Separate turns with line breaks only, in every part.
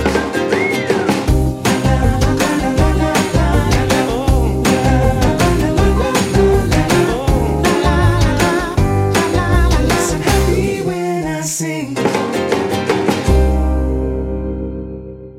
So happy when I sing.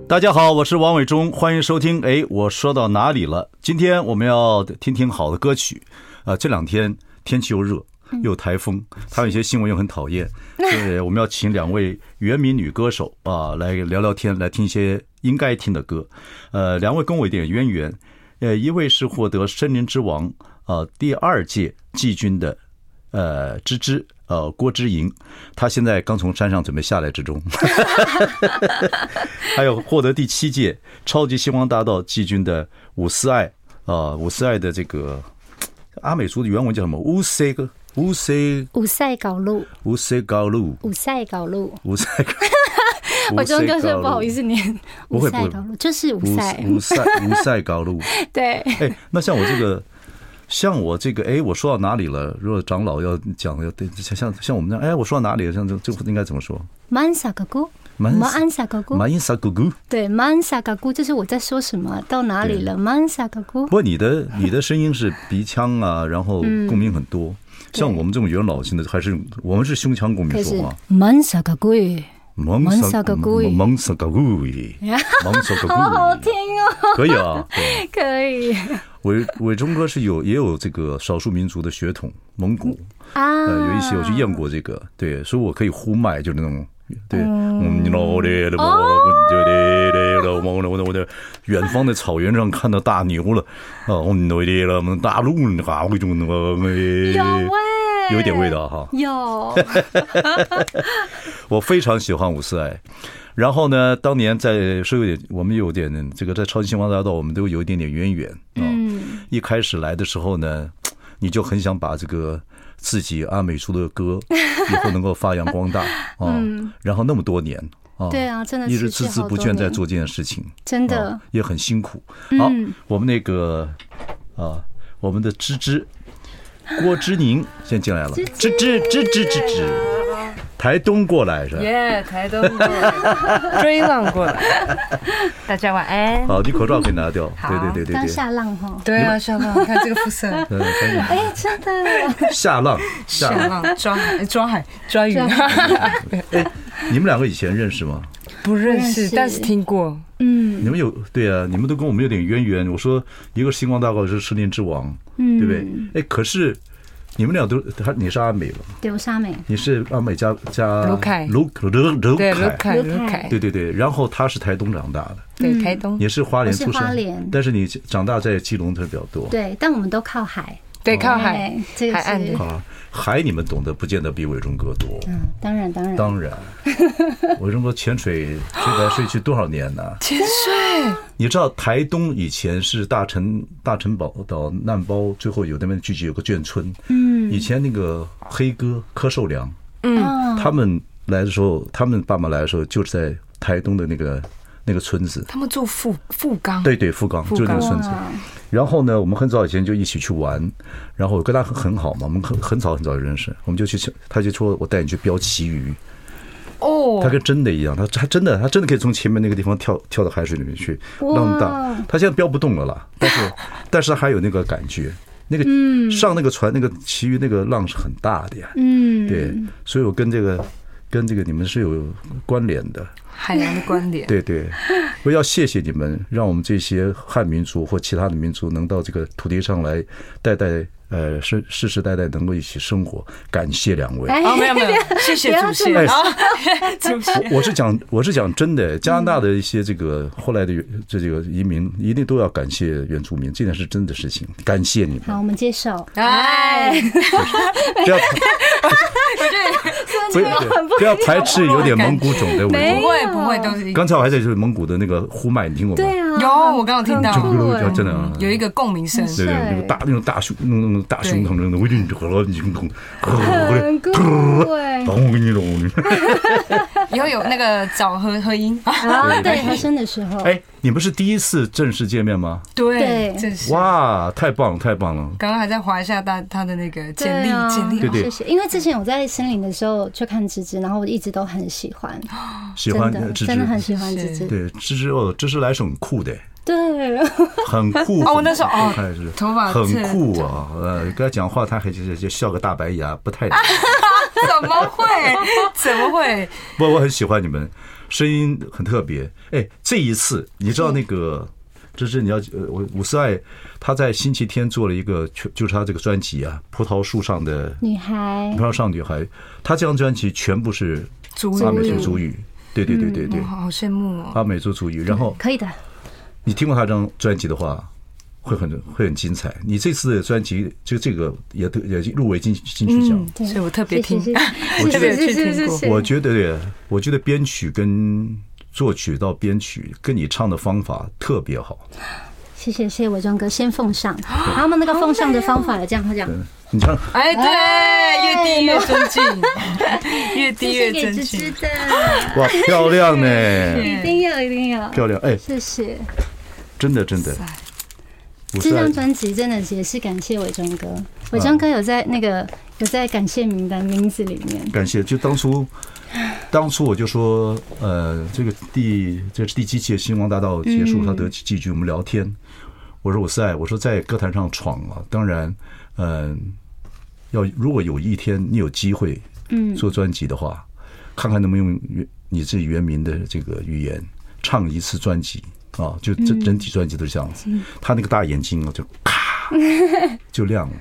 大家好，我是王伟忠，欢迎收听。哎，我说到哪里了？今天我们要听听好的歌曲。呃，这两天天气又热，又有台风，还有一些新闻又很讨厌，所以我们要请两位原名女歌手啊来聊聊天，来听一些应该听的歌。呃，两位跟我有点渊源，呃，一位是获得森林之王呃第二届季军的呃芝芝。呃，郭之莹，她现在刚从山上准备下来之中。还有获得第七届超级星光大道季军的伍思爱，呃，伍思爱的这个阿美族的原文叫什么？乌塞个乌塞
五赛搞路，
乌塞高路，
五赛搞路，
乌塞。
我中就是不好意思念。
不会不会
五赛搞路就是五
乌
赛，
乌塞乌塞高路。
对，
哎，那像我这个，像我这个，哎，我说到哪里了？如果长老要讲，要对，像像像我们这样，哎，我说到哪里了？像这这应该怎么说？
满萨格姑，
满
安萨格姑
马，因萨古古。
对，满萨格姑就是我在说什么，到哪里了？满萨格姑
不，过你的你的声音是鼻腔
嗯
啊，然后共鸣很多。像我们这种元老型的，还是我们是胸腔共鸣啊
开始
说话。
满萨格姑，耶
蒙
蒙
萨
萨
格
格
古
古语
蒙萨格 古语，蒙萨格古语，
好好听哦，
可以啊。对
可以
伟伟忠哥是有也有这个少数民族的血统，蒙古
啊，
呃有一些我去验过这个，对，所以我可以呼麦，就是那种对，嗯，老的的就的的老蒙的我的我的远方的草原上看到大牛了，哦，我的了，我们大陆呢，啊，我中我
有哎，
有一点味，道哈。
有
我非常喜欢伍思爱。然后呢，当年在是有点，我们有点这个在超级星光大道，我们都有一点点渊源啊、
嗯
一开始来的时候呢，你就很想把这个自己阿美族的 歌以后能够发扬光大啊、
嗯
然后那么多年啊、
对啊真的
一直
持续
孜孜
好
不
多
倦在
年
做这件事情，
真的嗯
啊也很辛苦。好，我们那个啊，我们的芝芝郭之宁先进来了，芝芝芝芝芝芝，台东过来是吧？
耶台东过来，追浪过来，大家晚安。
好，你口罩可以拿掉。对对对对
当
对，
下浪哈，
对啊，小浪，看这个肤色，
嗯赶紧
哎，真的，
下 浪
小
下浪，
浪抓海抓海抓鱼，
你们两个以前认识吗？
不认
认
识，
识
但是听过。
嗯，
你们有对啊，你们都跟我们有点渊源。我说一个是星光大道，一个是森林之王，
嗯
对不对？哎，可是你们俩都，他你是阿美吧？
流沙美，
你是阿美加加
卢凯
卢卢卢
对，卢
凯，
凯，
卢凯
卢凯，
对对对。然后他是台东长大的，
对台东，
也是花莲
嗯我是
出生，
花莲
但是你长大在基隆特比较多。
对，但我们都靠海，
对靠海
哎，这个
海岸
是
的，
啊，海你们懂得不见得比伟忠哥多，
嗯，当然当然，
当然，伟忠哥潜水睡来睡去多少年呢、
潜水，
你知道台东以前是大陈大陈堡岛难包，最后有那边聚集有个眷村。嗯，以前那个黑哥柯受良，
嗯
他们来的时候，他们爸妈来的时候，就是在台东的那个那个村子。
他们做富富冈，
对对，富冈
富
就是那个
冈
村子。然后呢，我们很早以前就一起去玩，然后我跟他很很好嘛，我们很很早很早就认识，我们就去，他就说我带你去标旗鱼，他
哦，
跟真的一样，他他真的他真的可以从前面那个地方跳跳到海水里面去，
哇
浪大。他现在飙不动了啦，但 是但是还有那个感觉，那个上那个船那个其余那个浪是很大的呀，
嗯，
对，所以我跟这个跟这个你们是有关联的，
海洋的观点，
对对，我要谢谢你们，让我们这些汉民族或其他的民族能到这个土地上来，代代呃世世世代代能够一起生活，感谢两位。
哎
哦，没有没有， 谢谢主席
不
要这
啊，主席，
我我是讲，我是讲真的，加拿大的一些这个后来的原这这个移民，一定都要感谢原住民，这件是真的事情，感谢你
好，
们，
我们接受。
哎，
不 要不
这
要不要排斥有点蒙古种的
没
维族。
不会不会，都是
刚才我还在就是蒙古的那个呼麦，你听过吗？
对啊，
有，我刚刚听到
这个
酷哎
真的啊
有一个共鸣声，
对对，那个大那种大胸那种那种大胸膛那种，我 晕着了，你胸膛，
很酷哎
然后我跟你讲，
以后有那个找合合音，
啊，对，和声的时候，
哎，你们是第一次正式见面吗？
对，
对
真是。
哇，太棒了，太棒了！
刚刚还在划一下他他的那个简历，
对啊
简历
对对
谢谢。因为之前我在森林的时候去看芝芝，然后我一直都很喜欢，
喜
真
欢
的
芝
真的很
芝，
喜欢芝芝。
对芝芝哦，芝芝来是很酷的，
对，
很酷。
哦我那时候哦
很酷
头发
很
是
酷啊，呃，跟他讲话他还就就笑个大白牙，不
啊
太。
怎么会？怎么会？
不，我很喜欢你们，声音很特别。哎，这一次你知
嗯
道那个，这是你要呃，我伍思爱他在星期天做了一个，全就是他这个专辑啊，《葡萄树上的
女孩
葡，萄上的女孩》，他这张专辑全部是
主
阿美族族语，对对对对对
嗯，好好羡慕哦。
阿美族族语。然后
可以的。
你听过他这张专辑的话。会很会很精彩。你这次的专辑就这个也得也入围金金曲奖，
对
嗯所以我特别听，
谢谢谢
我特别
谢谢
去
谢
听
谢
过
谢。
我觉得对，我觉得编曲跟作曲到编曲跟你唱的方法特别好。
谢谢谢谢伟忠哥，先奉上。然后他们那个奉上的方法，这样他讲，
你唱
哎，对，越低越尊敬，越
谢
低
谢
越
给
尊
芝
敬
芝。的，
哇，漂亮呢，
一定要一定要，
漂亮哎，
谢谢。
真的真的。我
这
是
张专辑真的也是感谢伟忠哥，伟忠哥有在那
啊
个有在感谢名单名字里面，
感谢，就当初，当初我就说，呃，这个第这是第七届星光大道结束，他得季军，我们聊天，我说我在，我说在歌坛上闯啊，当然，嗯、要如果有一天你有机会，嗯，做专辑的话，看看能不能用原你自己原民的这个语言唱一次专辑啊，就这整体专辑都是这样子，他那个大眼睛啊，就咔就亮了。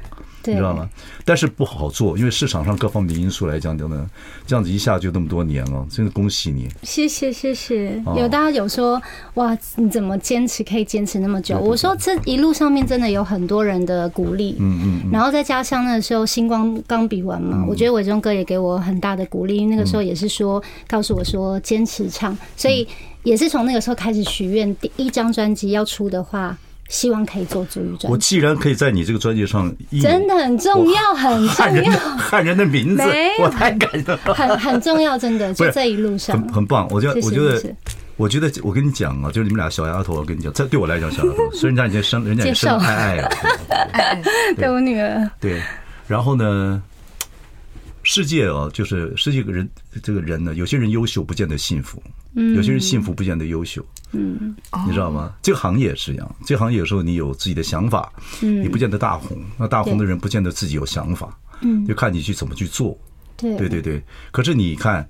对
你知，道吗？但是不好做，因为市场上各方面的因素来讲，等等，这样子一下就那么多年了，真的恭喜你。
谢谢谢谢
哦。
有大家有说哇，你怎么坚持可以坚持那么久？我说这一路上面真的有很多人的鼓励，
嗯嗯嗯
然后再加上那个时候星光刚比完嘛，我觉得伟忠哥也给我很大的鼓励，因为那个时候也是说告诉我说坚持唱，所以
嗯
也是从那个时候开始许愿，第一张专辑要出的话，希望可以做主语专
我
辑，
既然可以在你这个专辑上，
真的很重要，很
汉嗯
重
人的
要，
汉人的名字
没，有
我太感动了，
很很重要，真的
不
就是这一路上
很，很棒。我觉得，
谢谢
我觉得
谢谢，
我觉得，我跟你讲啊，就是你们俩小丫头，我跟你讲，这对我来讲小丫 头，虽然人家已经生，人家已经生
接受
爱爱了，
对我女儿，
对，然后呢，世界啊，就是世界个人这个人呢，有些人优秀不见得幸福，有些人幸福不见得优秀，嗯，你知道吗？这个行业也是一样，这个行业有时候你有自己的想法，嗯，你不见得大红，那大红的人不见得自己有想法，嗯，就看你去怎么去做，
对
对对对。可是你看，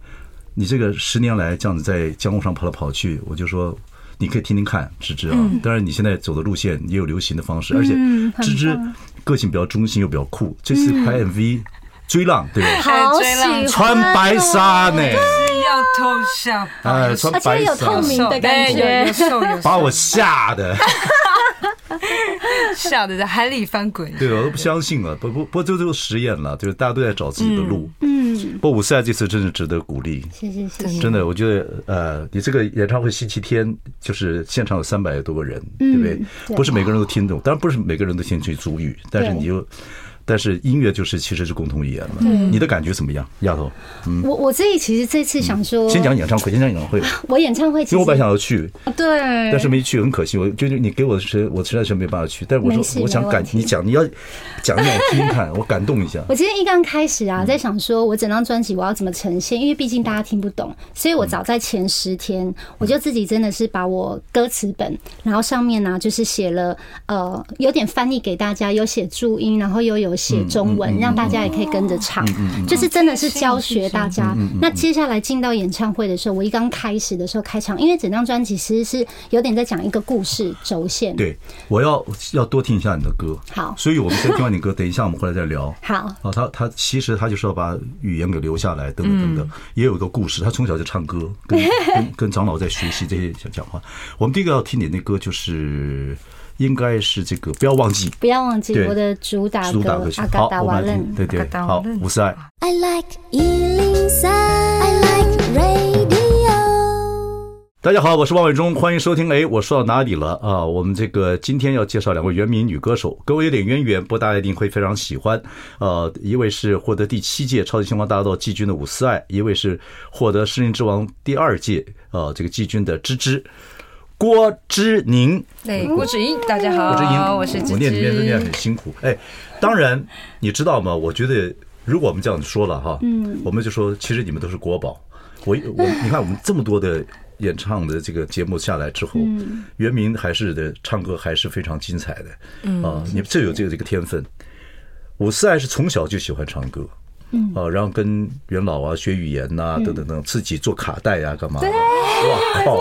你这个十年来这样子在江湖上跑来跑去，我就说。你可以听听看芝芝啊，当然你现在走的路线也有流行的方式，而且
嗯很
芝芝
棒嗯
个性比较中性又比较酷，这次拍 MV 追浪 对吧？
好
追
喜
浪
欢、哦
穿白纱呢，
要偷笑，
哎，穿
哦而
白
且有透明
纱，
的感
对
觉
有有瘦有
把
瘦，
我吓的，
笑的在海里翻滚。
对我都不相信了。不不不，这都是实验了，就是大家都在找自己的路。
嗯，
不，伍思爱这次真是值得鼓励，
谢谢谢谢，
真的，我觉得呃，你这个演唱会星期天就是现场有三百多个人，对不对？
嗯对
不是每个人都听懂，当然不是每个人都听去主语，但是
对
你就，但是音乐就是其实是共同语言嘛。你的感觉怎么样，丫头？
我我自己其实这次想说，
嗯先讲演唱会，先讲演唱会，因
我演唱会，其
为
实
我本来想要去，
对，
但是没去，很可惜。我就是你给我的时，我实在是没办法去。但是我
没
说，
事
我想
没
感
问题
你讲，你要讲让我听听看，我感动一下。
我今天一刚开始
嗯
啊，在想说我整张专辑我要怎么呈现，因为毕竟大家听不懂，所以我早在前十
嗯
天我就自己真的是把我歌词本，然后上面呢、啊就是写了呃有点翻译给大家，有写注音，然后又有写中
嗯
文，让大家也可以跟着唱，就是真的是教学大家。
嗯
那接下来进到演唱会的时候，我一刚开始的时候开场，因为整张专辑其实是有点在讲一个故事轴线，
对，我要要多听一下你的歌。
好
所以我们先听完你歌，等一下我们回来再聊。
好。
啊，他他其实他就是要把语言给留下来，等等
嗯
等等，也有一个故事。他从小就唱歌， 跟跟跟长老在学习这些讲讲话。我们第一个要听你那歌就是，应该是这个，不要忘记
不要忘记
对
我的主打
主
歌
打歌
《
曲。
阿
好
嘎，达
我
瓦
们来
楞》。
听，对对，
Agata
好，
Wallen
五十爱。
I like Ealing Sound. I like radio.
大家好，我是王伟忠，欢迎收听。哎，我说到哪里了啊？我们这个今天要介绍两位原名女歌手，跟我有点渊源，不过大家一定会非常喜欢。呃，一位是获得第七届超级星光大道季军的伍思爱，一位是获得诗人之王第二届呃这个季军的芝芝郭芝宁。
对，
嗯
郭志英，大家
我这
好，
音
哦我是芝
我念里面都念得
芝。
很辛苦。哎，当然你知道吗？我觉得如果我们这样说了哈，嗯，我们就说其实你们都是国宝。我我你看我们这么多的演唱的这个节目下来之后，原名还是的唱歌还是非常精彩的，嗯啊，你们就有这个这个天分。伍思爱是从小就喜欢唱歌。嗯啊，然后跟元老啊、薛语言呐、等等等，自己做卡带啊，干嘛的？哇靠！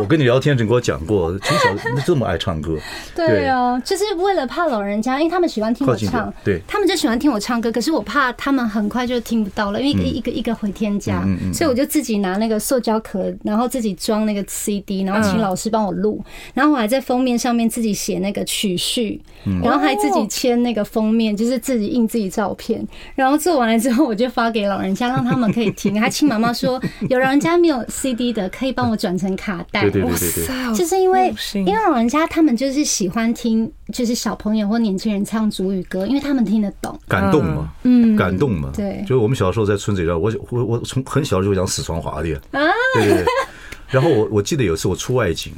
我跟你聊天，你给我讲过，从小这么爱唱歌，
对啊，就是为了怕老人家，因为他们喜欢听我
靠近点
唱，
对
他们就喜欢听我唱歌。可是我怕他们很快就听不到了，因为
嗯
一个一个一个回天家，所以我就自己拿那个塑胶壳，然后自己装那个 CD，然
嗯
后请老师帮我录，然后我还在封面上面自己写那个曲序，
嗯
然后还自己签那个封面，就是自己印自己照片。然后做完了之后，我就发给老人家，让他们可以听。还请妈妈说，有老人家没有 CD 的，可以帮我转成卡带。
对对对对对，
就是因为
哦用心
因为老人家他们就是喜欢听，就是小朋友或年轻人唱主语歌，因为他们听得懂。
感动嘛，
嗯
感动嘛，
对
就是我们小时候在村子里，我我我从很小就讲死床滑的，
啊
对对对， 然后我我记得有一次我出外景，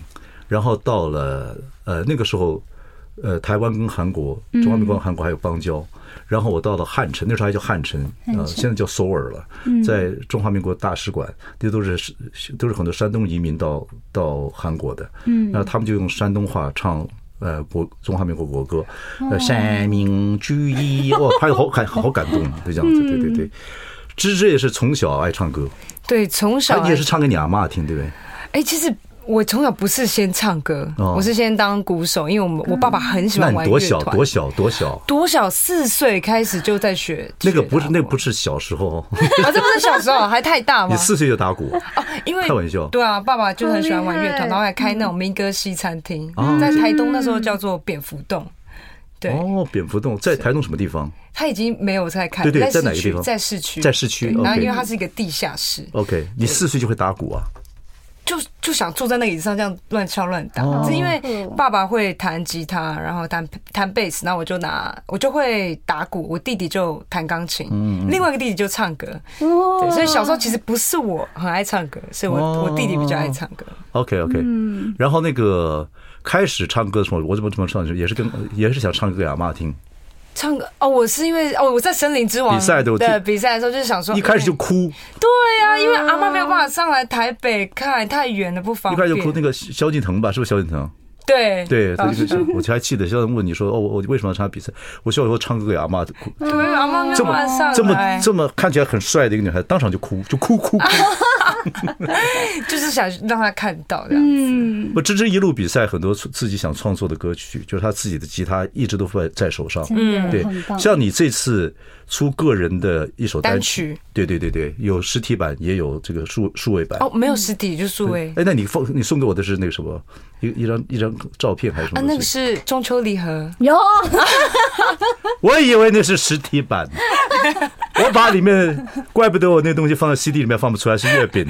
然后到了呃那个时候，呃台湾跟韩国，中华民国跟韩国还有邦交。然后我到了汉城，那时候还叫汉城，嗯呃，现在叫首尔了，在中华民国大使馆，这都是都是很多山东移民到到韩国的，嗯，那他们就用山东话唱呃国中华民国国歌，呃，山民主义， 哇，哦还有好感好感动，就这样子，对对对。芝芝也是从小爱唱歌，
对，从小
她也是唱给你阿妈听，对不对？
哎，其实我从小不是先唱歌，
哦
我是先当鼓手，因为我们
嗯
我爸爸很喜
那
欢
你
玩
多
乐
小
团
多。小多小？
多小四岁开始就在学，
那个不是，
学
那个
打鼓
不是小时候，哦
啊，这不 是小时候，还太大吗
你？四岁就打鼓
哦，因为
开玩笑
对啊，爸爸就很喜欢玩乐
好
团，
厉害嗯
然后还开那种民歌西餐厅
哦，
在台东那时候叫做蝙蝠洞。对，
哦，蝙蝠洞在台东什么地方
他已经没有在开，
对对
在
在哪个
市
地
区
方，
在市区，
在市区
对然后
OK
因为它是一个地下室，
？OK，你四岁就会打鼓啊？
就就想坐在那个椅子上这样乱敲乱打
哦，
是因为爸爸会弹吉他，然后弹弹贝斯，然后我就拿我就会打鼓，我弟弟就弹钢琴，
嗯
另外一个弟弟就唱歌，对，所以小时候其实不是我很爱唱歌，是我
哦
我弟弟比较爱唱歌，
OK OK，嗯，然后那个开始唱歌的时候，我怎么怎么唱，也是跟也是想唱歌给阿妈听，
唱歌哦，我是因为哦我在森林之王
比赛的我记
的比赛的时候就是想说
一开始就哭，
哦对啊，因为阿妈没有办法上来台北看，太远了不方
一开
便，
始就哭。那个萧敬腾吧，是不是萧敬腾？
对
对，他
啊
就跟我还记得萧敬腾问你说，哦，我我为什么要参加比赛？我小时候唱歌给阿妈哭，
对阿妈没有
这么
办法上来，
这么这么看起来很帅的一个女孩，当场就哭，就哭 哭哭。
啊就是想让他看到这样子。
我芝芝一路比赛很多自己想创作的歌曲，就是她自己的吉他一直都在在手
嗯
上。
真的
对
很，棒。
像你这次出个人的一首单
单曲，
对对对对，有实体版也有这个数数位版。
哦，没有实体，就是数位
哎，那你放你送给我的是那个什么，一一张一张照片还是什么
啊，那
东
个
西？
是中秋礼盒，
有，
我以为那是实体版， 我把里面，怪不得我那东西放在 CD 里面放不出来是月 饼。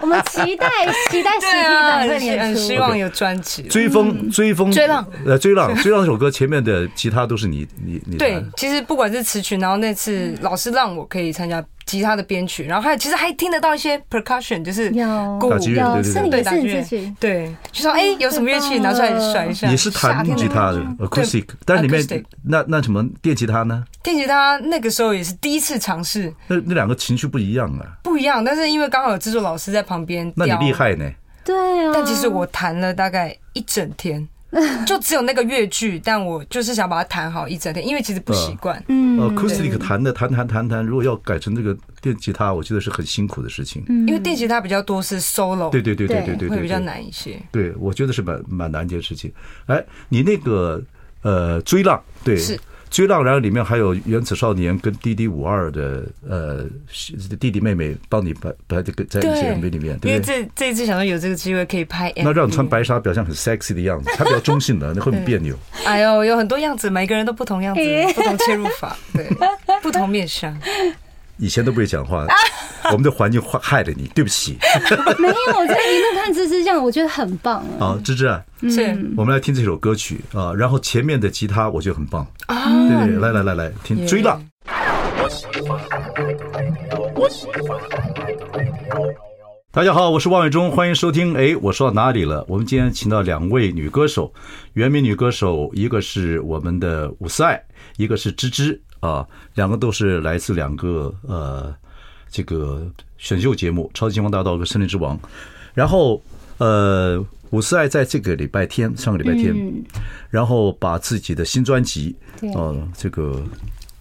我们期待期待实体版会
很希
演
啊很
出
希。望有专辑。
追风，追风，
嗯追浪，
呃，追浪， 追浪那首歌前面的吉他都是你你你
对
弹，
其实不管是词曲，然后那次老师让我可以参加吉他的编曲，然后还有其实还听得到一些 percussion，就是
有
鼓
打击乐
有，
对啊对
是你
对
是你
打
自
击
己。
对，就说哎、有什么乐器拿出来甩一下。
你是弹
夏天的
吉他的
感觉
acoustic，
对
但是里
acoustic
面那那什么电吉他呢？
电吉他那个时候也是第一次尝试，
那那两个情绪不一样啊，
不一样，但是因为刚好有制作老师在旁边，
那你厉。害呢？
对啊，
但其实我弹了大概一整天， 就只有那个乐句，但我就是想把它弹好一整天，因为其实不习惯。
嗯
呃，acoustic 弹的弹弹弹弹，如果要改成这个电吉他，我觉得是很辛苦的事情。
因为电吉他比较多是 solo，
对对对对对对
嗯会
对，
比较
对。
难一些。
对，我觉得是蛮蛮难一件事情。哎，你那个呃追浪，对，
是
追浪，然后里面还有原子少年跟滴滴五二的呃弟弟妹妹帮你把把这个在一些 MV 里面，
因
对
为
不对？
这这一次想说有这个机会可以拍 MV，
那让你穿，白纱，表现很 sexy 的 样子，他比较中性的，那会很别扭。
哎呦，
哎
有很多样子，每个人都不同样子，不同切入法，对，不同面向。
以前都不会讲 话，我们的环境坏害了你，对不起
没有，我在一路看芝芝这样，我觉得很棒啊。
啊，芝芝啊，
是
我们来听这首歌曲啊，然后前面的吉他我觉得很棒，
啊，
对对，对来来来来，听追浪。大家好，我是王伟忠，欢迎收听。哎，我说到哪里了？我们今天请到两位女歌手，原名女歌手，一个是我们的伍思爱，一个是芝芝啊，两个都是来自两个呃这个选秀节目《超级星光大道》跟《森林之王》。然后呃，伍思爱在这个礼拜天，上个礼拜天，
嗯
然后把自己的新专辑，
对
呃，这个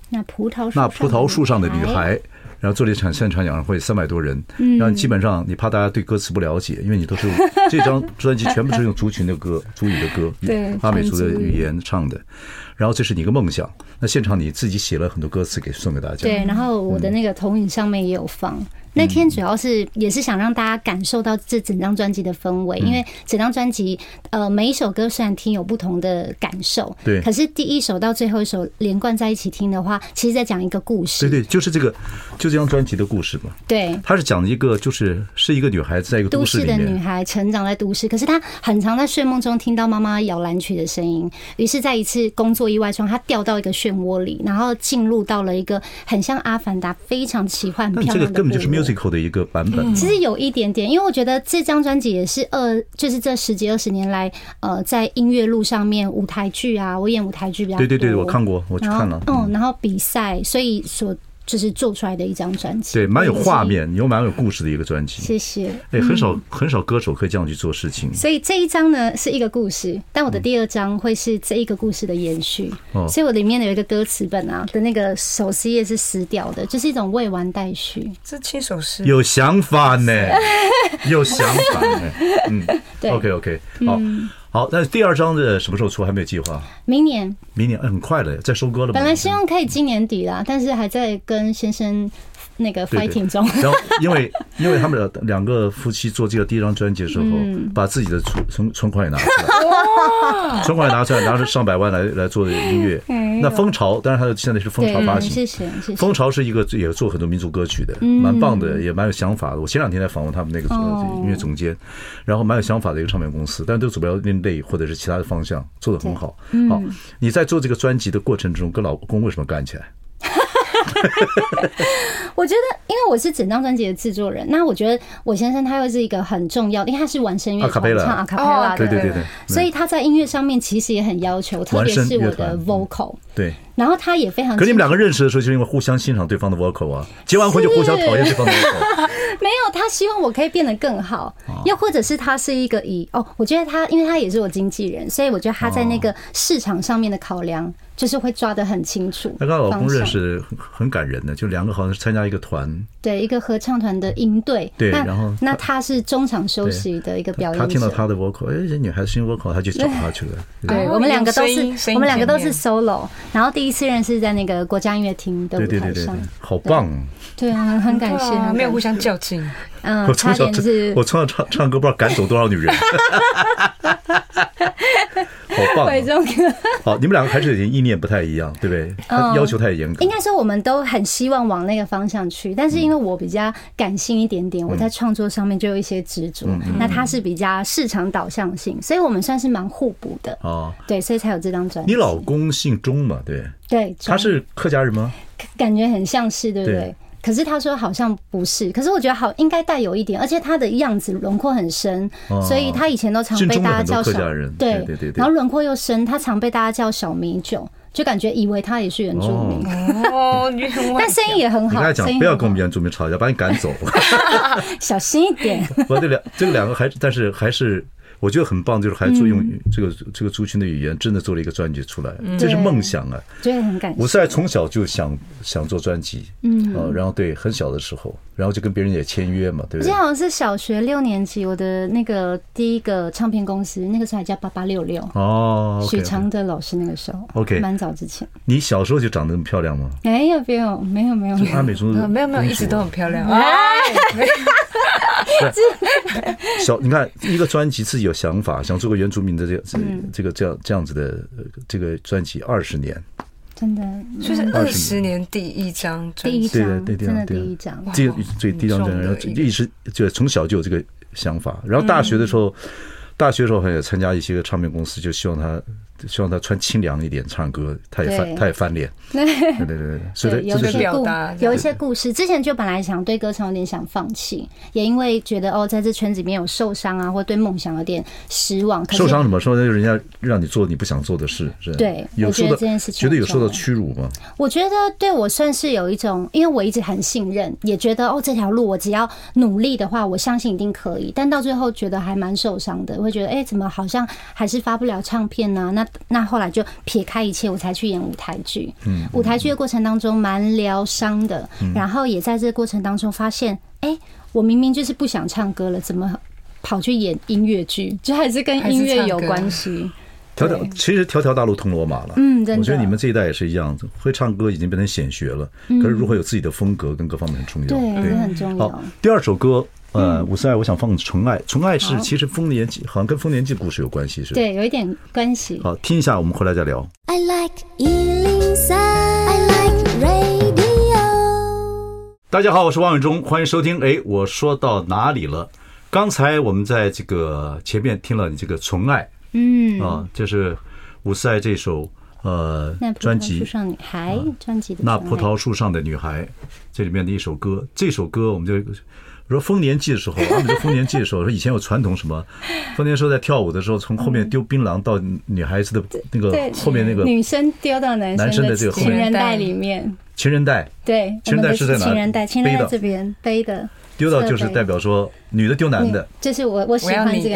那葡萄树，
那葡萄树上的女孩。然后做了一场现场演唱会，三百多人，
嗯
然后基本上你怕大家对歌词不了解，因为你都是 这张专辑全部是用族群的 歌、族语的歌、
对
阿美族的
藏族
语言唱的。然后这是你一个梦想，那现场你自己写了很多歌词给送给大家。
对，然后我
嗯
的那个投影上面也有放。那天主要是也是想让大家感受到这整张专辑的氛围，
嗯
因为整张专辑呃每一首歌虽然听有不同的感受，
对
可是第一首到最后一首连贯在一起听的话，其实在讲一个故事
对，对，就是这个，就这张专辑的故事嘛。
对。
它是讲一个，就是是一个女孩子在一个
都
都市
市
里
的女
面，
孩成长在都市，可是她很常在睡梦中听到妈妈摇篮曲的声音。于是，在一次工作意外中，她掉到一个漩涡里，然后进入到了一个很像《阿凡达》非常奇幻
那
漂
你嗯这
亮的
个
嗯
根本就是
部落
musical 的一个版本。
其实有一点点，因为我觉得这张专辑也是二，就是这十几二十年来，呃，在音乐路上面，舞台剧啊，我演舞台剧比较多。
对对对，我看过，我去
哦然后
看了。
嗯，然后比赛，所以所就是做出来的一张专辑，
对，蛮有
我也是
画。面，有蛮有故事的一个专辑。
谢谢。
哎，很
嗯
少很少歌手可以这样去做事情。
所以这一张呢是一个故事，但我的第二张会是这一个故事的延续。
嗯哦
所以我里面有一个歌词本啊的那个首诗页是撕掉的，就是一种未完待续。
这亲手诗，
有想法 呢，有想法呢。
对嗯
OK OK，好，好。那第二张的什么时候出？还没有计划。
明年
明年哎很快了，在收割了吗？
本来希望可以今年底啦，但是还在跟先生那个
对对
fighting 中。
然后，因为因为他们两两个夫妻做这个第一张专辑的时候，把自己的存存存款也拿出来，存款也拿出来，拿出上百万来来做音乐。那蜂巢，当然他现在是蜂
对
巢发，行，
谢谢谢谢
蜂。巢是一个也做很多民族歌曲的，蛮棒的，也蛮有想法的。我前两天在访问他们那个
哦
音乐总监，然后蛮有想法的一个唱片公司，但都走不了另类或者是其他的方向，做的很好。好，你在做这个专辑的过程中，跟老公为什么干起来？
我觉得，因为我是整张专辑的制作人，那我觉得我先生他又是一个很重要的，因为他是玩声乐团
Acapella
唱哦阿卡贝拉
对
对
的，
对对对，
所以他在音乐上面其实也很要求，特别是我
玩
的
声乐团
vocal。
对。
然后他也非常，
可你们两个认识的时候，就是因为互相欣赏对方的 vocal 啊，结完婚就互相讨厌对方的 vocal。
没有，他希望我可以变得更好，
哦
又或者是他是一个以哦，我觉得他，因为他也是我经纪人，所以我觉得他在
哦
那个市场上面的考量，就是会抓得很清楚。
那跟老公认
方向，
识很很感人的，就两个好像是参加一个团，
对一个合唱团的营队，
对
那
然后
那他是中场休息的一个表演者，
他听到他的 vocal，哎，这女孩子新 vocal，他就找他去了。
对
哦
我们两个都
用
是
声音声，音
我们两个都
前
是
面
solo，然后第一次认识在那个国家音乐厅的
对
舞
对对
台
对对
上，，
好棒！
对啊，很很感谢，
哇
很
没有
感
互
谢，
相较劲，
嗯，
啊我
差
从小
点
唱
是，
我从小唱唱歌，不知道赶走多少女 人，好棒
会
啊！
这种歌。
好，你们两个还是有点意念不太一样，对不对？他要求太严格
嗯应，该说我们都很希望往那个方向去，但是因为我比较感性一点
嗯
点，我在创作上面就有一些执着。那他是比较市场导向性，所以我们算是蛮互补的。
啊。
对，所以才有这张专辑。
你老公姓钟嘛？对，
对，
他是客家人吗？
感觉很像是，对不对？
对
可是他说好像不是，可是我觉得好应该带有一点，而且他的样子轮廓很深，
哦
所以他以前都常被大家叫
姓钟的很多客
小
家人对对对对
然后轮廓又深，他常被大家叫小米酒，就感觉以为他也是原住民，
哦，原来
但声音也很
你
好
跟他，
声
讲
音
不要
很
跟我们
好
原住民吵架，把你赶走。
小心一点。
我这两这个两个还是，但是还是我觉得很棒，就是还做用
嗯
这个这个族群的语言，真的做了一个专辑出来，这是梦想啊！
觉得很感
我
谢。
是在从小就想想做专辑，嗯，啊，然后对，很小的时候，然后就跟别人也签约嘛，对不
我记
对
得？好像是小学六年级，我的那个第一个唱片公司，那个时候还叫八八六六，
哦，OK，
许常德老师那个时候
OK
蛮早之前。
你小时候就长得那么漂亮 吗？
没有，没有，没有，没有，没有
阿美族
没有没有，一直都很漂亮。哎，
小，你看一个专辑自己有想法，想做个原住民的这个这这个这样这样子的呃这个专辑二十年，
真的，
所以是
嗯
二十年第一张专
第一
辑，
张
对对对
真的第
对
一张，
哇
第一最低档
很
这
重
样，然后
的一个
一直就从小就有这个想法。然后大学的时候，
嗯
大学的时候好像也参加一些个唱片公司，就希望他希望他穿清凉一点唱歌，他也翻
对
他也翻脸，
对。
对对对，所以
对，有
这就
一
是
些
表
故
达这
有一
样
些故事，之前就本来想对歌唱有点想放弃，也因为觉得哦，在这圈子里面有受伤啊，或对梦想有点失望。可是
受伤怎么说呢？就是人家让你做你不想做的事，是吧
对
有
我
受
觉得
到
这件事情
觉得有
很
受到
重要
屈辱吗？
我觉得对我算是有一种，因为我一直很信任，也觉得哦这条路我只要努力的话，我相信一定可以。但到最后觉得还蛮受伤的，会觉得哎、怎么好像还是发不了唱片呢、那 那后来就撇开一切，我才去演舞台剧。嗯，舞台剧的过程当中蛮疗伤的，
嗯
然后也在这个过程当中发现，哎、我明明就是不想唱歌了，怎么跑去演音乐剧？就还是跟音乐有关系。
条条其实条条大路通罗马了，
嗯真的嗯
我觉得你们这一代也是一样，会唱歌已经变成显学了，可是如何有自己的风格跟各方面很重要，
对，这很重
好
要。，
第二首歌，呃，五四二，我想放《纯爱》，《纯爱》是
嗯好
其实丰年祭好像跟丰年祭故事有关系，是吧？
对，有一点关系。
好，听一下，我们回来再聊。
I like Ealing Sound. I like radio.
大家好，我是王伟忠，欢迎收听。哎，我说到哪里了？刚才我们在这个前面听了你这个《纯爱》，嗯，啊，就是五四爱这首呃
那葡
专
萄
辑啊
树上女孩专辑的
那
专
葡
栏
萄树上的女孩，这里面的一首歌，这首歌我们就我说丰年祭的时候，我们说丰年祭的时候，说以前有传统什么，丰年时候在跳舞的时候，从后面丢槟榔到女孩子的那个
嗯对
后面那个
女生丢到男
男生
生
的
的
这个后
情
面
人袋里面，
情人带，
对，
情人袋
我们的
是在哪
情人袋，情人
背
袋
的
这边背的，
丢到就是代表说女的丢男的，
就是我我喜欢这个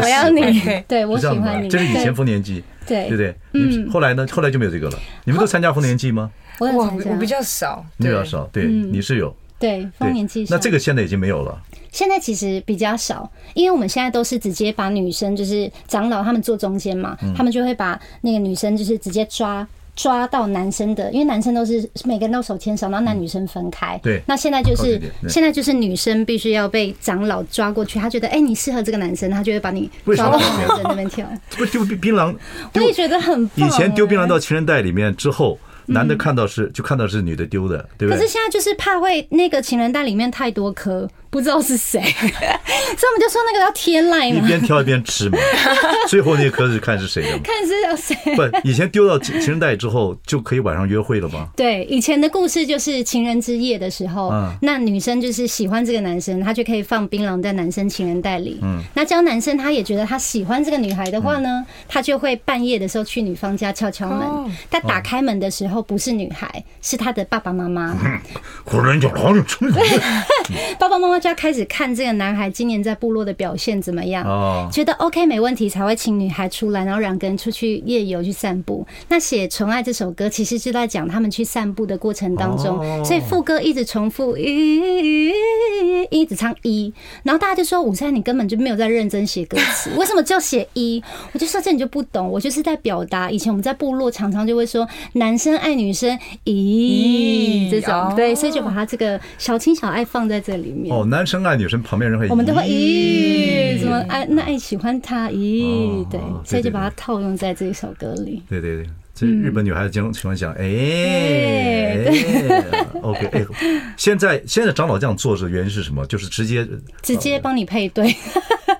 我要
男
你
生，对
我
我要
喜欢
你
是这 样的吗？
对我喜欢你，
你，
这是以前
对
丰年祭，
对
对不对？嗯，后来呢？后来就没有这个了。你们都参加丰年祭吗？
我有
我
参加
我比较少，
你比较
对
少，对，你是有。
对
对
嗯丰年祭，
那这
个
个现在已经没有了。
现在其实比较少，因为我们现在都是直接把女生就是长老他们坐中间嘛，
嗯
他们就会把那个女生就是直接抓。抓到男生的，因为男生都是每个人都手牵手，然后男女生分开。
嗯对
那现在就
靠近
是
点对
现在就是女生必须要被长老抓过去，他觉得哎、你适合这个男生，他就会把你
为什
抓
么
到男生那边跳。
这不是丢槟槟榔，
我
丢
也觉得很棒、
以前丢槟榔
哎
到情人袋里面之后，男的看到是就看到是女的丢的，对不
嗯可是
对？
现在就是怕会那个情人袋里面太多颗，不知道是谁，所 以我们就说那个要贴赖
一
嘛，
边挑一边 吃嘛，最后那颗是看是谁的嘛。
看是要谁。
不，以前丢到情情人袋之后就可以晚上约会了吗？
对，以前的故事就是情人之夜的时候，
嗯
那女生就是喜欢这个男生，她就可以放槟榔在男生情人袋里。嗯，那只要男生他也觉得他喜欢这个女孩的话呢，他就会半夜的时候去女方家敲敲门。
哦
他打开门的时候不是女孩，是他的爸爸妈妈。
古人讲黄春
爸爸妈妈就要开始看这个男孩今年在部落的表现怎么样，
哦
觉得 OK 没问题，才会请女孩出来，然后两个人出去夜游去散步。那写《纯爱》这首歌，其实就在讲他们去散步的过程当中，
哦
所以副歌一直重复一，一直唱一，然后大家就说武三你根本就没有在认真写歌 词，为什么就写一？我就说这你就不懂，我就是在表达。以前我们在部落常常就会说男生爱女生咦
嗯
咦
这种
哦，
对，所以就把它这个小情小爱放在这里面。
哦，男生爱女生，旁边人会
我们都会
咦
咦，什么爱那爱喜欢他咦
哦，
对
哦，对
所以就
对
把它
对
套用在这一首歌里。
对对对，这
嗯
日本女孩子经常喜欢讲，哎，OK，哎，现在现在长老这样做是原因是什么？就是直接
直接帮你配对，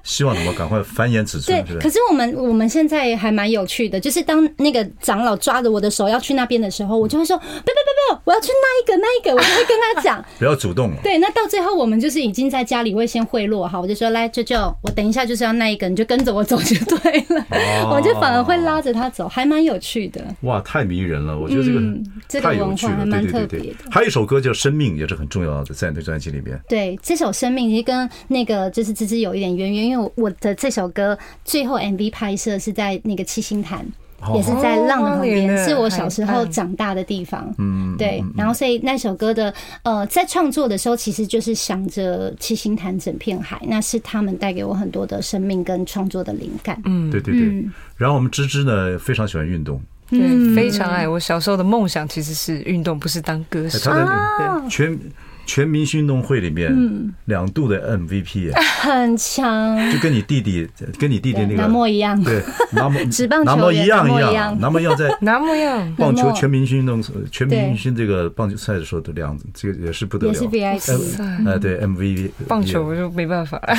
希望什么赶快繁衍子孙，
对
哦是。不
可
是？
是我们我们现在还蛮有趣的，就是当那个长老抓着我的手要去那边的时
嗯
候，我就会说：不要不要不要不要，我要去那一个那一个，我就会跟 他讲。
不要主动了。
对，那到最后我们就是已经在家里会先贿赂哈，我就说来舅舅，我等一下就是要那一个，你就跟着我走就对了。
哦
我就反而会拉着他走，还蛮有趣的。
哇，太迷人了！我觉得这
嗯
个
这个
太有趣了，
文化
对
还蛮
对对
特别
对
的。
还有一首歌叫《生命》，也是很重要的，在那专辑里面。
对，这首《生命》其实跟那个就是芝芝有一点渊源，因为我我的这首歌最后 MV 拍摄是在那个七星潭。
哦
也是在浪的旁边，
哦
是我小时候长大的地方。嗯，对。然后，所以那首歌的呃，在创作的时候，其实就是想着七星潭整片海，那是他们带给我很多的生命跟创作的灵感。嗯，
对对对。然后我们芝芝呢，非常喜欢运动，
对，非常爱。我小时候的梦想其实是运动，不是当歌
哎
啊
手
她。在全全明星运动会里面
嗯
两度的 MVP，哎
很强，
就跟你弟弟跟你弟弟那
对
个
南莫一样
对拿莫
职棒球
拿莫
员
一样
拿莫
一 样，
一样
拿莫一样在
拿模样，
棒
拿
球
莫
全明星运动全
对
明星这个棒球赛的时候的样子，这个也是不得了，
也是 VIP。
哎哎对 MVP
棒球我就没办法了，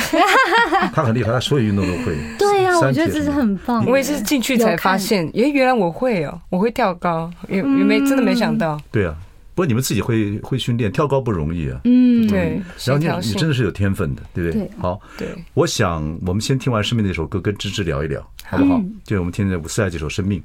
他很厉害，他所有运动都会。
对呀、啊，
三
我觉得
铁
这
什
是
么
很棒。
我也是进去才发现，诶，原来我会哦，我会跳高，也也没真的没想到，
对啊。不过你们自己会会训练，跳高不容易啊。
嗯，
对，
然
协
后你
调
你
性
真的是有天分的，对不对？
对
好，
对，
我想我们先听完《生命》那首歌，跟芝芝聊一聊，好不好？
嗯
就我们听着伍思爱这首《生命》。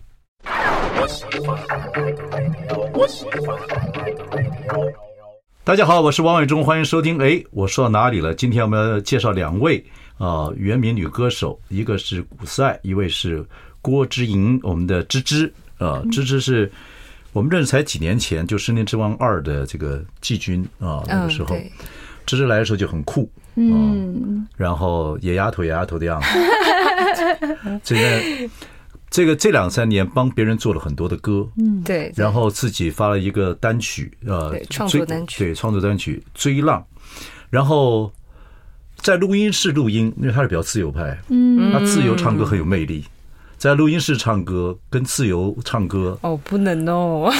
大家好，我是王伟忠，欢迎收听。哎，我说到哪里了？今天我们要介绍两位啊、呃原名女歌手，一个是伍思爱，一位是郭之莹，我们的芝芝啊，
嗯
芝芝是我们认识才几年前，就《森林之王二》的这个季军啊、那个
嗯
时候。
对，
芝芝来的时候就很酷，嗯，然后也丫头也丫头的样子。 现在这个这两三年帮别人做了很多的歌，嗯，
对，
然后自己发了一个单曲，呃
对，创作
追
单曲
对，创作单曲《追浪》，然后在录音室录音，因为他是比较自由派，嗯，他自由唱歌很有魅力。在录音室唱歌跟自由唱歌
哦，不能哦。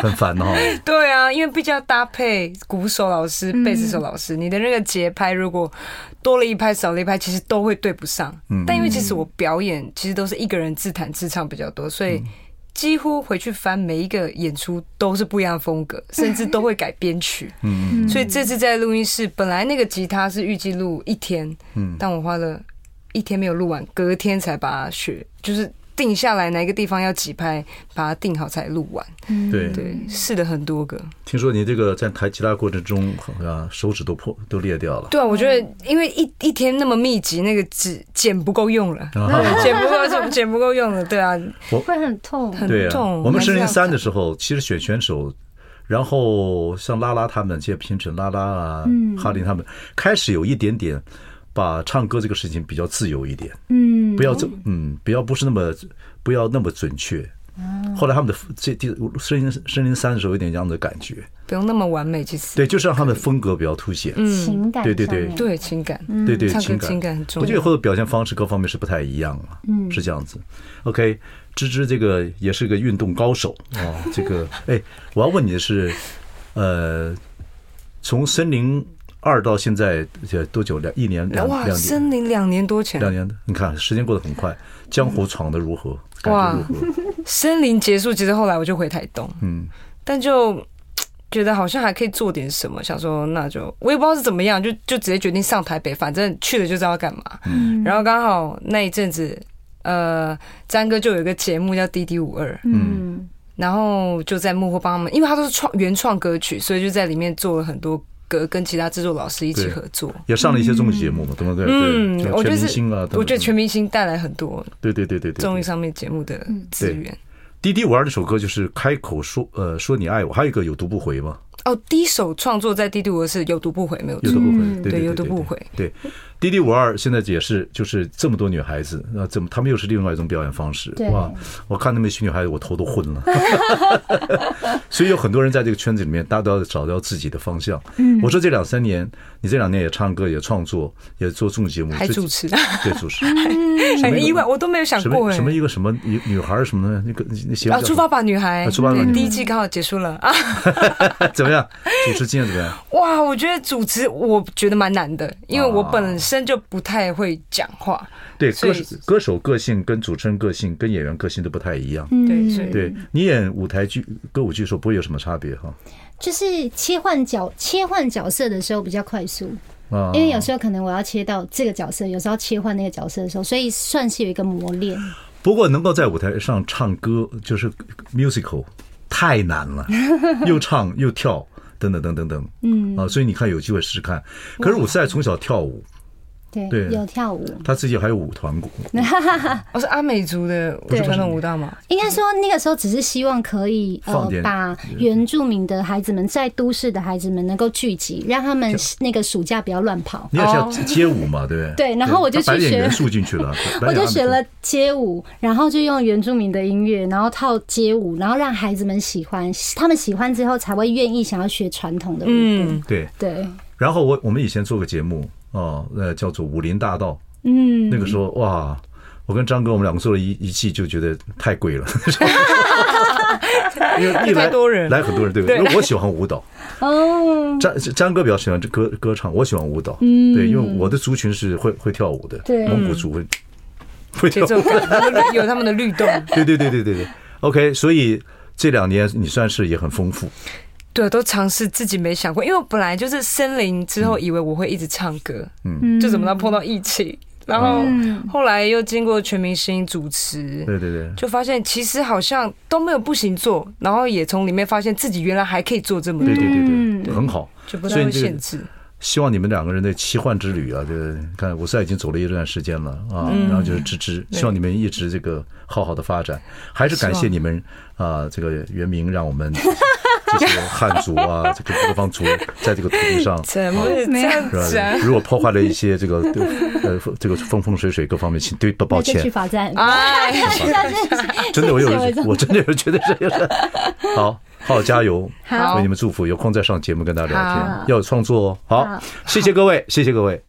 很烦哈、哦，
对啊，因为毕竟要搭配鼓手老师、贝斯手老师，你的那个节拍如果多了一拍少了一拍，其实都会对不上。但因为其实我表演其实都是一个人自弹自唱比较多，所以几乎回去翻每一个演出都是不一样的风格，甚至都会改编曲。嗯，所以这次在录音室，本来那个吉他是预计录一天，但我花了一天没有录完，隔天才把它学，就是。定下来哪一个地方要几拍，把它定好才录完。
对
对，试了很多个。
听说你这个在弹吉他过程中，好像手指都破都裂掉了。
对啊，我觉得因为一一天那么密集，那个纸剪不够用了，
啊
对， 剪不够用，剪不够用了，对啊，
会很痛。
很
对啊，
重。
我们升
还
零
是要
三的时候，其实选选手，然后像拉拉他们，这些评审拉拉啊、
嗯
哈林他们，开始有一点点把唱歌这个事情比较自由一点，
嗯，
不要这嗯，不要不是那么不要那么准确。
哦
后来他们的这第森林森林三的时候有点这样的感觉，
不用那么完美，其实
对，就是让他们风格比较凸显，
情感
对对
上
对
面
对情感，
对对，
嗯唱歌
情感
情感很重要
我觉得以后的表现方式各方面是不太一样了，嗯，是这样子。OK，芝芝这个也是个运动高手哦，这个哎，我要问你的是，呃，从森林二到现在呃多久？两一年两
哇，
两年
森林两年多前，
两年的，你看时间过得很快，江湖闯得如何？感觉
哇
如何？
森林结束，其实后来我就回台东，
嗯，
但就嘖觉得好像还可以做点什么，想说那就我也不知道是怎么样，就就直接决定上台北，反正去了就知道要干嘛。然后刚好那一阵子，呃，詹哥就有一个节目叫《滴滴五二》，
嗯，
然后就在幕后帮他们，因为他都是创原创歌曲，所以就在里面做了很多歌，跟其他制作老师一起
对
合作。
也上了一些综艺节目嘛，对不对？
嗯
对，
我
全
觉得
明
是
星啊，等等
我觉得全明星带来很多
对对对对对。
综艺上面节目的资源。
滴滴五二那首歌就是开口说呃说你爱我，还有一个有毒不回嘛，
哦，第一首创作在《帝都我是有毒不悔》，没有
有的。
错
不回，
嗯对
对
有的不回
对，滴滴五二现在也是，就是这么多女孩子，那怎么她们又是另外一种表演方式
对
哇！我看那么一群女孩子，我头都昏 了。所以有很多人在这个圈子里面，大家都要找到自己的方向。嗯，我说这两三年，你这两年也唱歌，也创作，也做综艺节目，
还
最
主持，
对主持，
很意哎外，我都没有想
什
过
么
哎
什。么一个什么女女孩儿什么的那个那节目
啊，
叫
出发吧，女孩！
啊出发吧
对
女孩
第一季刚好结束了啊！
怎么样？主持经验怎么样？
哇，我觉得主持我觉得蛮难的，因为我
啊
本身就不太会讲话，
对，
所
歌
以
手歌手个性跟主持人个性跟演员个性都不太一样。
对，所以
对你演舞台剧、歌舞剧的时候不会有什么差别哈。
就是切换角切换角色的时候比较快速，
啊，
因为有时候可能我要切到这个角色，有时候切换那个角色的时候，所以算是有一个磨练。
不过能够在舞台上唱歌，就是 musical，太难 了，又唱又跳，等等等等等，嗯啊，所以你看有机会试试看。可是我是在从小跳舞，
对，
对
有跳舞。
他自己还有舞团鼓，
我哦是阿美族的传统舞蹈嘛，
应该说那个时候只是希望可以
放
呃
点
把原住民的孩子们在都市的孩子们能够聚集，让他们那个暑假不要乱跑。
你也是要街舞嘛，对不对？
哦 对然后我就
他白
去
脸
学
元素进去 了，白
我
脸
就
阿美
学
族
了街舞，然后就用原住民的音乐，然后套街舞，然后让孩子们喜欢，他们喜欢之后才会愿意想要学传统的舞。
嗯，
对。
对，
然后我我们以前做个节目哦，呃，叫做《武林大道》，
嗯，
那个时候哇，我跟张哥我们两个做了一一季，就觉得太贵了，因为一来
嗯 太多人
来很多人，对不对？因为我喜欢舞蹈，
哦，
张张哥比较喜欢这歌歌唱，我喜欢舞蹈，嗯，对，因为我的族群是会会跳舞的，
对
蒙古族会会跳
嗯节
舞，
奏感，他们的有 他们的律动。
对对对对对对，OK，所以这两年你算是也很丰富，
对，都尝试自己没想过，因为我本来就是森林之后，以为我会一直唱歌，
嗯
嗯，就怎么到碰到疫情，然后后来又经过全明星主持，
对对对，
就发现其实好像都没有不行做，然后也从里面发现自己原来还可以做这么
对
多，
对对
嗯
对，很好，
就不太
所以
会
这个
限制。
希望你们两个人的奇幻之旅啊，这个看我现在已经走了一段时间了啊，然后就是芝芝，希望你们一直这个好好的发展，还是感谢你们啊，这个原名让我们这些汉族啊，这个各方族在这个土地上。
怎么会这样
是吧
讲？
如果破坏了一些这个 呃这个风风水水各方面，请对不抱
那就去
歉，
罚站。
啊
哎，
真的我有人
谢谢
我真的有人觉得这就是 好好加油，
好
为你们祝福，有空再上节目跟大家聊
好
天，要有创作哦。好
好，
谢谢各位，谢谢各位。